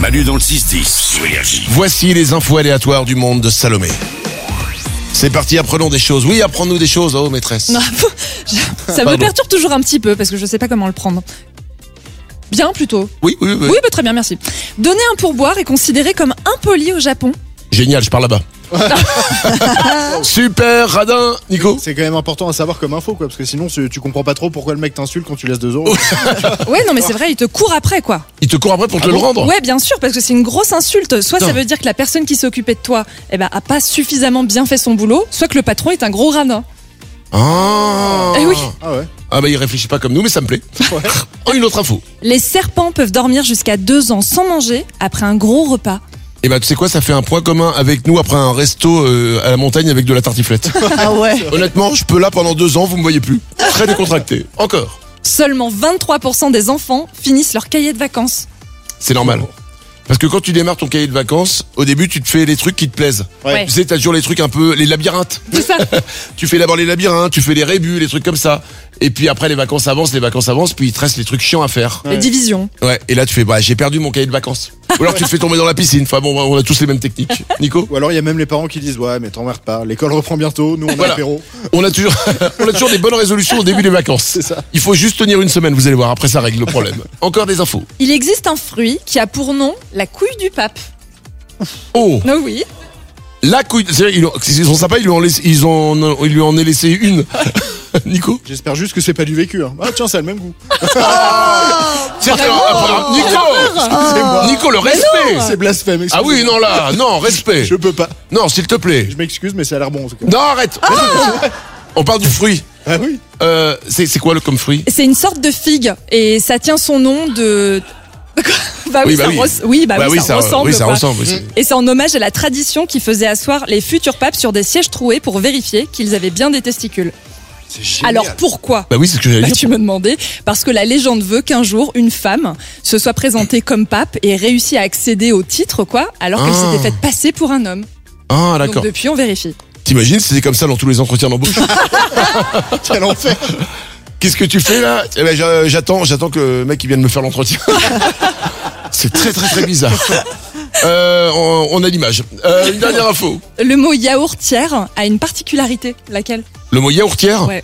Manu dans le 6-10 sur Énergie. Voici les infos aléatoires du monde de Salomé. C'est parti, apprenons des choses. Oui, apprends-nous des choses, oh maîtresse. Non, je- ça me Pardon. perturbe toujours un petit peu parce que je sais pas comment le prendre. Bien plutôt. Oui, oui, oui. Oui, bah, très bien, merci. Donner un pourboire est considéré comme impoli au Japon. Génial, je pars là-bas. Super radin, Nico. C'est quand même important à savoir comme info, quoi, parce que sinon tu, tu comprends pas trop pourquoi le mec t'insulte quand tu laisses 2 euros. Ouais, non, mais c'est vrai, il te court après, quoi. Il te court après pour te le rendre. Ah Ouais, bien sûr, parce que c'est une grosse insulte. Soit ça Putain. veut dire que la personne qui s'occupait de toi, eh ben, a pas suffisamment bien fait son boulot, soit que le patron est un gros radin. Ah. Eh oui. Ah ouais. Ah bah il réfléchit pas comme nous, mais ça me plaît. Oh, une autre info. Les serpents peuvent dormir jusqu'à deux ans sans manger après un gros repas. Et bah tu sais quoi, ça fait un point commun avec nous après un resto euh, à la montagne avec de la tartiflette. Ah ouais. Honnêtement, je peux là pendant deux ans, vous me voyez plus. Très décontracté. Encore. Seulement 23% des enfants finissent leur cahier de vacances. C'est normal. Parce que quand tu démarres ton cahier de vacances, au début tu te fais les trucs qui te plaisent. Ouais. Tu sais, t'as toujours les trucs un peu, les labyrinthes. C'est ça. Tu fais d'abord les labyrinthes, tu fais les rébus, les trucs comme ça. Et puis après les vacances avancent, les vacances avancent, puis il te reste les trucs chiants à faire. Les divisions. Ouais, et là tu fais, bah j'ai perdu mon cahier de vacances. Ou alors tu te fais tomber dans la piscine. Enfin bon, on a tous les mêmes techniques. Nico Ou alors il y a même les parents qui disent ouais mais t'emmerdes pas, l'école reprend bientôt, nous on a Voilà. l'apéro. On a toujours, on a toujours des bonnes résolutions au début des vacances. ça. Il faut juste tenir une semaine, vous allez voir. Après, ça règle le problème. Encore des infos. Il existe un fruit qui a pour nom la couille du pape. Oh, Non, oui. la couille. c'est vrai, Ils, ont- ils sont sympas, ils lui en, laissent- ils en- ils lui en ont laissé une. Nico J'espère juste que c'est pas du vécu. Hein. Ah tiens, ça a le même goût. Tiens, alors, Oh, après, Nico Excusez-moi. Nico, le respect C'est blasphème. Oh. Ah excusez-moi. oui, non, là, non, respect. Je peux pas. Non, s'il te plaît. Je m'excuse mais ça a l'air bon en tout cas. Non, arrête Ah. On parle du fruit. Ah oui. Euh, c'est c'est quoi le comme fruit C'est une sorte de figue et ça tient son nom de. De quoi Bah Oui, oui, bah ça oui. res- oui, bah oui, ça ressemble. oui, ça quoi. Mm. ressemble. oui, c'est- Et c'est en hommage à la tradition qui faisait asseoir les futurs papes sur des sièges troués pour vérifier qu'ils avaient bien des testicules. Alors pourquoi Bah oui, c'est ce que j'allais Bah, dire. tu me demandais, parce que la légende veut qu'un jour une femme se soit présentée comme pape et réussi à accéder au titre, quoi, alors qu'elle Ah. s'était faite passer pour un homme. Ah, Donc d'accord. depuis, on vérifie. T'imagines, c'était comme ça dans tous les entretiens d'embauche. Quel enfer. Qu'est-ce que tu fais là Eh ben, j'a- J'attends, j'attends que le mec il vienne me faire l'entretien. C'est très très très bizarre. Euh, on, on a l'image. Euh, une dernière info. Le mot yaourtière a une particularité, laquelle Le mot yaourtière, Ouais.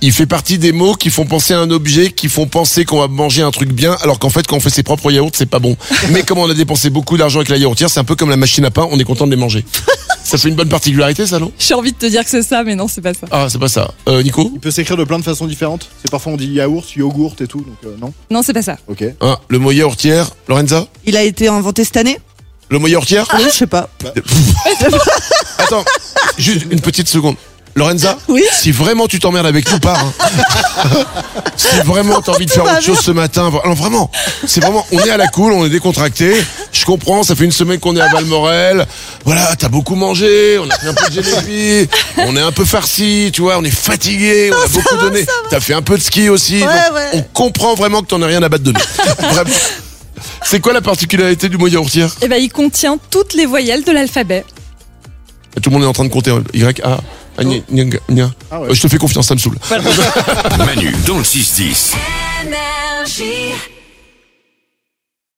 il fait partie des mots qui font penser à un objet, qui font penser qu'on va manger un truc bien, alors qu'en fait quand on fait ses propres yaourts c'est pas bon. Mais comme on a dépensé beaucoup d'argent avec la yaourtière, c'est un peu comme la machine à pain, on est content de les manger. Ça fait une bonne particularité ça non J'ai envie de te dire que c'est ça, mais non, c'est pas ça. Ah c'est pas ça. Euh, Nico Il peut s'écrire de plein de façons différentes. C'est parfois on dit yaourt, yogourt et tout. Donc euh, non. Non, c'est pas ça. Ok. Hein, Le mot yaourtière, Lorenza Il a été inventé cette année Le mot yaourtière Oui, je sais pas. Attends, juste une petite seconde. Lorenza, Oui si vraiment tu t'emmerdes avec nous, pars. hein. si vraiment t'as envie de faire va autre chose ce matin, alors vraiment, c'est vraiment, on est à la cool, on est décontracté. Je comprends, ça fait une semaine qu'on est à Valmorel. Voilà, t'as beaucoup mangé, on a fait un peu de jalebi, on est un peu farci, tu vois, on est fatigué, on a beaucoup donné. T'as fait un peu de ski aussi. donc ouais. On comprend vraiment que t'en as rien à battre de nous. Vraiment. C'est quoi la particularité du mot yaourtière Eh ben, il contient toutes les voyelles de l'alphabet. Tout le monde est en train de compter. hein. Y, A, A, Nya, Nya, Nya. Ah ouais. Euh, Je te fais confiance, ça me saoule. Manu dans le 6-10.